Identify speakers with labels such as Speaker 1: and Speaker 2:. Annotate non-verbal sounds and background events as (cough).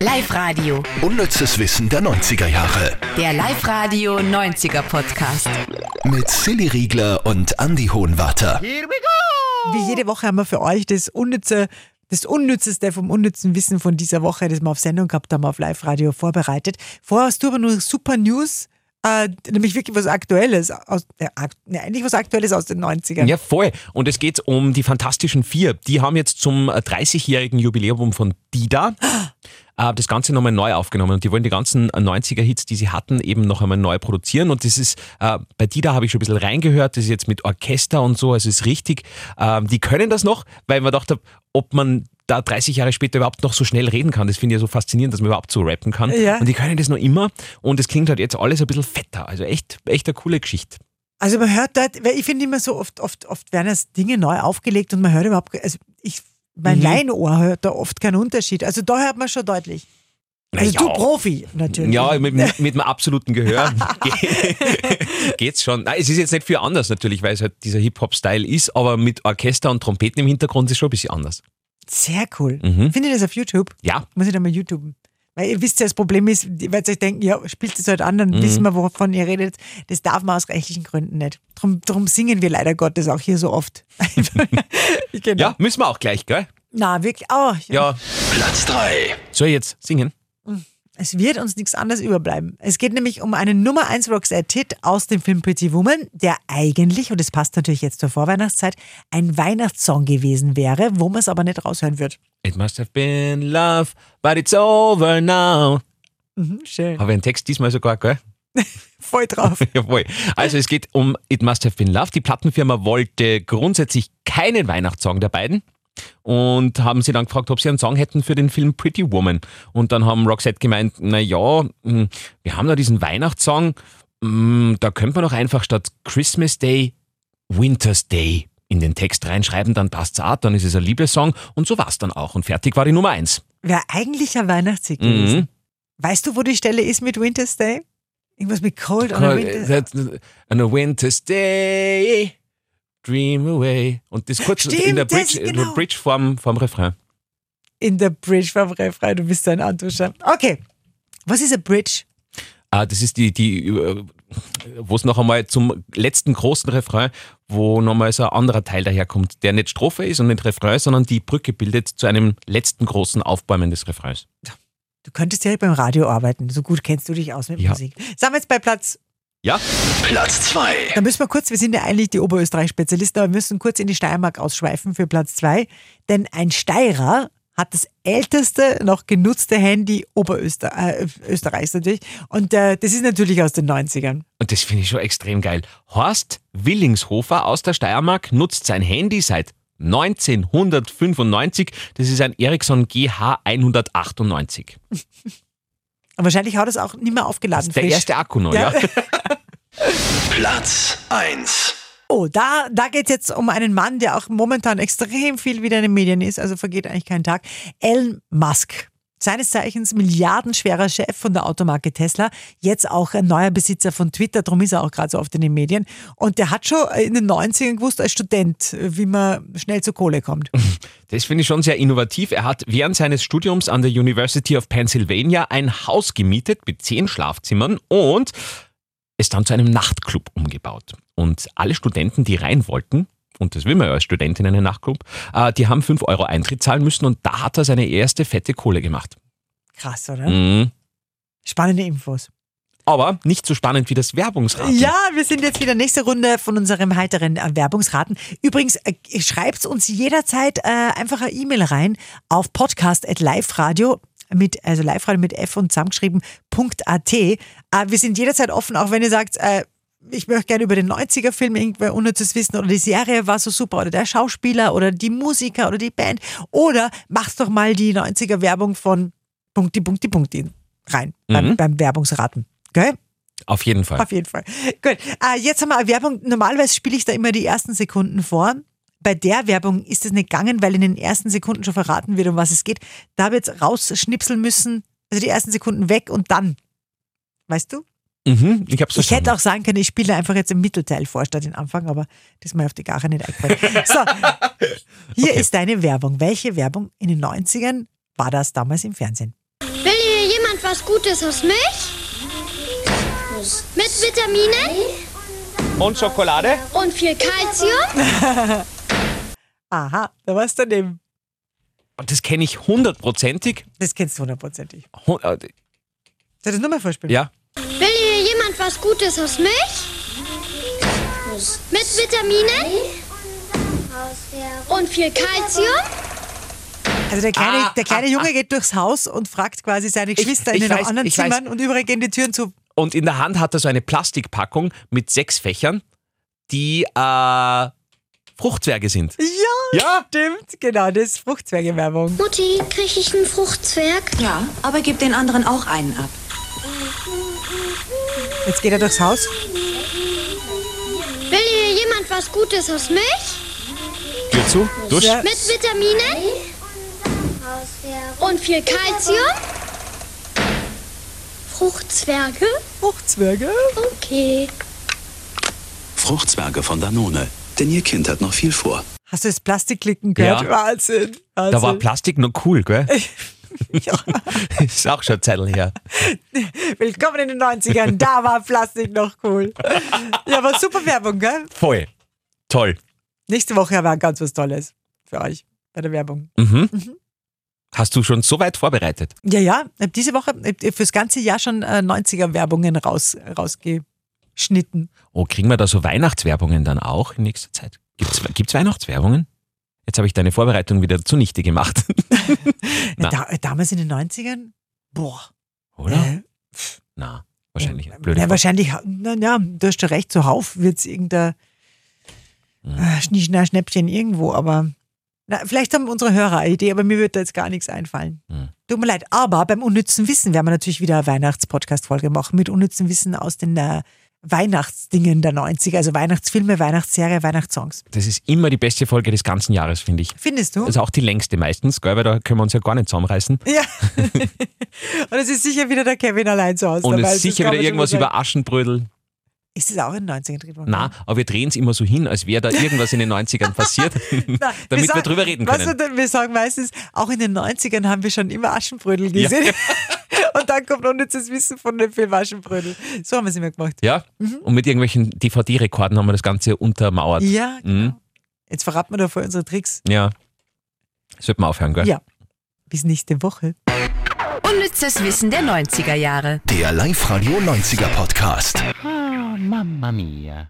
Speaker 1: Live-Radio.
Speaker 2: Unnützes Wissen der 90er Jahre.
Speaker 1: Der Live-Radio 90er Podcast.
Speaker 2: Mit Silly Riegler und Andy Hohenwarter.
Speaker 3: Wie jede Woche haben wir für euch das unnütze, das unnützeste vom unnützen Wissen von dieser Woche, das wir auf Sendung gehabt haben, auf Live-Radio vorbereitet. Vorher hast du aber nur super News, äh, nämlich wirklich was Aktuelles, aus, äh, akt, ne, eigentlich was Aktuelles aus den 90ern.
Speaker 4: Ja, voll. Und es geht um die Fantastischen Vier. Die haben jetzt zum äh, 30-jährigen Jubiläum von Dida äh, das Ganze nochmal neu aufgenommen. Und die wollen die ganzen 90er-Hits, die sie hatten, eben noch einmal neu produzieren. Und das ist, äh, bei Dida habe ich schon ein bisschen reingehört, das ist jetzt mit Orchester und so, also ist richtig. Ähm, die können das noch, weil man dachte, ob man da 30 Jahre später überhaupt noch so schnell reden kann. Das finde ich ja so faszinierend, dass man überhaupt so rappen kann.
Speaker 3: Ja.
Speaker 4: Und die können das noch immer. Und es klingt halt jetzt alles ein bisschen fetter. Also echt, echt eine coole Geschichte.
Speaker 3: Also man hört dort, weil ich finde immer so oft, oft, oft werden das Dinge neu aufgelegt und man hört überhaupt, ge- also ich, mein
Speaker 4: Mhm.
Speaker 3: Leinenohr hört da oft keinen Unterschied. Also da hört man schon deutlich. Also
Speaker 4: Naja.
Speaker 3: du Profi, natürlich.
Speaker 4: Ja, mit, mit, mit dem absoluten
Speaker 3: (laughs)
Speaker 4: Gehör (laughs) geht- geht's schon. Nein, es ist jetzt nicht viel anders natürlich, weil es halt dieser Hip-Hop-Style ist, aber mit Orchester und Trompeten im Hintergrund ist es schon ein bisschen anders.
Speaker 3: Sehr cool.
Speaker 4: Mhm.
Speaker 3: Findet ihr das auf YouTube?
Speaker 4: Ja,
Speaker 3: Muss ich da mal YouTuben. Weil ihr wisst ja, das Problem ist, ihr werdet euch denken, ja, spielt es halt an, dann wissen wir, wovon ihr redet. Das darf man aus rechtlichen Gründen nicht. Drum, drum singen wir leider Gottes auch hier so oft. genau.
Speaker 4: ja, müssen wir auch gleich, gell?
Speaker 3: Na, wirklich. Oh, ja.
Speaker 4: Ja.
Speaker 2: Platz 3.
Speaker 4: Soll ich jetzt singen?
Speaker 3: Es wird uns nichts anderes überbleiben. Es geht nämlich um einen Nummer 1 Roxette-Hit aus dem Film Pretty Woman, der eigentlich, und es passt natürlich jetzt zur Vorweihnachtszeit, ein Weihnachtssong gewesen wäre, wo man es aber nicht raushören wird.
Speaker 4: It must have been love, but it's over now.
Speaker 3: Mhm, schön.
Speaker 4: Habe ich einen Text diesmal sogar, gell?
Speaker 3: Voll drauf.
Speaker 4: (laughs) Jawohl. Also es geht um It Must Have Been Love. Die Plattenfirma wollte grundsätzlich keinen Weihnachtssong der beiden und haben sie dann gefragt, ob sie einen Song hätten für den Film Pretty Woman. Und dann haben Roxette gemeint, na ja, hm, wir haben da diesen Weihnachtssong, hm, da könnte man doch einfach statt Christmas Day Winter's Day in den Text reinschreiben, dann passt's auch, dann ist es ein Liebessong und so war's dann auch und fertig war die Nummer eins.
Speaker 3: Wäre eigentlich ein Weihnachtshit gewesen.
Speaker 4: Mhm.
Speaker 3: Weißt du, wo die Stelle ist mit Winter's Day? Irgendwas mit Cold on a Winter.
Speaker 4: That's- On a winter's day, dream away. Und das kurz
Speaker 3: Stimmt,
Speaker 4: in der
Speaker 3: das
Speaker 4: Bridge,
Speaker 3: ist
Speaker 4: in der
Speaker 3: genau.
Speaker 4: Bridge vorm, vorm Refrain.
Speaker 3: In der Bridge vom Refrain, du bist ein Antuscher. Okay. Was ist eine Bridge?
Speaker 4: Ah, das ist die, die äh, wo es noch einmal zum letzten großen Refrain, wo nochmal so ein anderer Teil daherkommt, der nicht Strophe ist und nicht Refrain, sondern die Brücke bildet zu einem letzten großen Aufbäumen des Refrains.
Speaker 3: Du könntest direkt beim Radio arbeiten. So gut kennst du dich aus mit
Speaker 4: Ja.
Speaker 3: Musik. Sagen wir jetzt bei Platz
Speaker 4: Ja,
Speaker 2: Platz 2.
Speaker 3: Da müssen wir kurz, wir sind ja eigentlich die Oberösterreich-Spezialisten, aber wir müssen kurz in die Steiermark ausschweifen für Platz zwei, denn ein Steirer hat das älteste noch genutzte Handy Oberöster äh, Österreichs natürlich und äh, das ist natürlich aus den 90ern.
Speaker 4: und das finde ich schon extrem geil. Horst Willingshofer aus der Steiermark nutzt sein Handy seit 1995. Das ist ein Ericsson GH 198.
Speaker 3: Und wahrscheinlich hat er es auch nicht mehr aufgeladen.
Speaker 4: Der
Speaker 3: frisch.
Speaker 4: erste Akku noch, ja.
Speaker 2: Platz 1.
Speaker 3: Oh, da, da geht es jetzt um einen Mann, der auch momentan extrem viel wieder in den Medien ist, also vergeht eigentlich kein Tag. Elon Musk. Seines Zeichens milliardenschwerer Chef von der Automarke Tesla, jetzt auch ein neuer Besitzer von Twitter, darum ist er auch gerade so oft in den Medien. Und der hat schon in den 90ern gewusst, als Student, wie man schnell zur Kohle kommt.
Speaker 4: Mhm. Das finde ich schon sehr innovativ. Er hat während seines Studiums an der University of Pennsylvania ein Haus gemietet mit zehn Schlafzimmern und es dann zu einem Nachtclub umgebaut. Und alle Studenten, die rein wollten, und das will man ja als Student in einen Nachtclub, äh, die haben 5 Euro Eintritt zahlen müssen und da hat er seine erste fette Kohle gemacht.
Speaker 3: Krass, oder?
Speaker 4: Mhm.
Speaker 3: Spannende Infos.
Speaker 4: Aber nicht so spannend wie das Werbungsraten.
Speaker 3: Ja, wir sind jetzt wieder nächste Runde von unserem heiteren äh, Werbungsraten. Übrigens, äh, schreibt uns jederzeit äh, einfach eine E-Mail rein auf podcast.liferadio mit, also liveradio mit F und zusammengeschrieben, .at. Äh, wir sind jederzeit offen, auch wenn ihr sagt, äh, ich möchte gerne über den 90er-Film irgendwer unnützes Wissen oder die Serie war so super oder der Schauspieler oder die Musiker oder die Band oder macht doch mal die 90er-Werbung von Punkti, Punkti, Punkti rein beim, beim Werbungsraten. Gell?
Speaker 4: Auf jeden Fall.
Speaker 3: Auf jeden Fall. Gut. Äh, jetzt haben wir eine Werbung. Normalerweise spiele ich da immer die ersten Sekunden vor. Bei der Werbung ist es nicht gegangen, weil in den ersten Sekunden schon verraten wird, um was es geht. Da habe ich jetzt rausschnipseln müssen, also die ersten Sekunden weg und dann. Weißt du?
Speaker 4: Mhm, ich hab's
Speaker 3: Ich
Speaker 4: verstanden.
Speaker 3: hätte auch sagen können, ich spiele einfach jetzt im Mittelteil vor statt den Anfang, aber das ist mir auf die Gare nicht eingefallen. So, hier ist deine Werbung. Welche Werbung in den 90ern war das damals im Fernsehen?
Speaker 5: Billy was Gutes aus Milch? Mit Vitaminen
Speaker 4: Und Schokolade?
Speaker 5: und viel Kalzium?
Speaker 3: Aha, da war's daneben.
Speaker 4: Und Das kenne ich hundertprozentig.
Speaker 3: Das kennst du hundertprozentig.
Speaker 4: Hun- äh,
Speaker 3: Soll ich das nochmal vorspielen?
Speaker 4: Ja.
Speaker 5: Will hier jemand was Gutes aus Milch? Mit Vitaminen und viel Kalzium?
Speaker 3: Also der kleine,
Speaker 4: Ah,
Speaker 3: der kleine
Speaker 4: ah,
Speaker 3: Junge geht durchs Haus und fragt quasi seine Geschwister
Speaker 4: ich
Speaker 3: in den
Speaker 4: weiß,
Speaker 3: anderen
Speaker 4: ich weiß.
Speaker 3: Zimmern und überall gehen die Türen zu.
Speaker 4: Und in der Hand hat er so eine Plastikpackung mit sechs Fächern, die äh, Fruchtzwerge sind.
Speaker 3: Ja,
Speaker 4: Ja.
Speaker 3: stimmt. Genau, das ist Fruchtzwerge-Werbung.
Speaker 5: Mutti, kriege ich einen Fruchtzwerg?
Speaker 1: Ja, aber gib den anderen auch einen ab.
Speaker 3: Jetzt geht er durchs Haus.
Speaker 5: Will hier jemand was Gutes aus Milch?
Speaker 4: Tür zu, durch.
Speaker 3: Ja.
Speaker 5: Mit Vitaminen und viel Kalzium? Fruchtzwerge?
Speaker 3: Fruchtzwerge.
Speaker 5: Okay.
Speaker 2: Fruchtzwerge von Danone. Denn ihr Kind hat noch viel vor.
Speaker 3: Hast du das Plastikklicken gehört?
Speaker 4: Ja.
Speaker 3: Wahnsinn. Wahnsinn.
Speaker 4: Da war Plastik noch cool, gell?
Speaker 3: Ja.
Speaker 4: (laughs) Ist auch schon ein Zeitl her.
Speaker 3: Willkommen in den 90ern. Da war Plastik noch cool. Ja, war super Werbung, gell?
Speaker 4: Voll. Toll.
Speaker 3: Nächste Woche haben wir ganz was Tolles für euch bei der Werbung.
Speaker 4: Mhm. Hast du schon so weit vorbereitet?
Speaker 3: Ja, ja. Ich hab diese Woche ich hab fürs ganze Jahr schon äh, 90er-Werbungen raus, rausgeschnitten.
Speaker 4: Oh, kriegen wir da so Weihnachtswerbungen dann auch in nächster Zeit? Gibt's, gibt's Weihnachtswerbungen? Jetzt habe ich deine Vorbereitung wieder zunichte gemacht, (laughs) Na.
Speaker 3: Da, äh, damals in den 90ern? Boah.
Speaker 4: oder?
Speaker 3: Äh,
Speaker 4: Na, wahrscheinlich.
Speaker 3: äh,
Speaker 4: Blöde
Speaker 3: na,
Speaker 4: Frage.
Speaker 3: wahrscheinlich, na, na, du hast schon recht, zuhauf wird es irgendein
Speaker 4: Hm.
Speaker 3: äh, Schnischner, Schnäppchen irgendwo, aber na, vielleicht haben unsere Hörer eine Idee, aber mir wird da jetzt gar nichts einfallen.
Speaker 4: Hm.
Speaker 3: Tut mir leid, aber beim unnützen Wissen werden wir natürlich wieder eine Weihnachts-Podcast-Folge machen mit unnützen Wissen aus den äh, Weihnachtsdingen der 90er, also Weihnachtsfilme, Weihnachtsserie, Weihnachtssongs.
Speaker 4: Das ist immer die beste Folge des ganzen Jahres, finde ich.
Speaker 3: Findest du?
Speaker 4: Das ist auch die längste meistens, gell? weil da können wir uns ja gar nicht zusammenreißen.
Speaker 3: ja. (laughs) Und es ist sicher wieder der Kevin allein zu Hause.
Speaker 4: Und
Speaker 3: dabei,
Speaker 4: es
Speaker 3: das
Speaker 4: ist sicher wieder
Speaker 3: kann man schon
Speaker 4: irgendwas
Speaker 3: mal sagen.
Speaker 4: über Aschenbrödel.
Speaker 3: Ist das auch in den 90ern drin?
Speaker 4: Na, aber wir drehen es immer so hin, als wäre da irgendwas in den
Speaker 3: (laughs)
Speaker 4: 90ern passiert,
Speaker 3: Na,
Speaker 4: damit wir
Speaker 3: sagen-
Speaker 4: drüber reden
Speaker 3: weißt
Speaker 4: können.
Speaker 3: du, denn, wir sagen meistens, auch in den 90ern haben wir schon immer Aschenbrödel gesehen.
Speaker 4: (laughs)
Speaker 3: Und dann kommt unnützes Wissen von dem Film Aschenbrödel. So haben wir es immer gemacht.
Speaker 4: Ja, und mit irgendwelchen DVD-Rekorden haben wir das Ganze untermauert.
Speaker 3: Mhm. Ja, genau.
Speaker 4: Mhm.
Speaker 3: Jetzt verraten wir davor unsere Tricks.
Speaker 4: Ja. Sollte man aufhören, gell?
Speaker 3: Ja. Bis nächste Woche.
Speaker 1: Unnützes Wissen der 90er Jahre.
Speaker 2: Der Live-Radio 90er Podcast.
Speaker 6: Ah, mamma mia.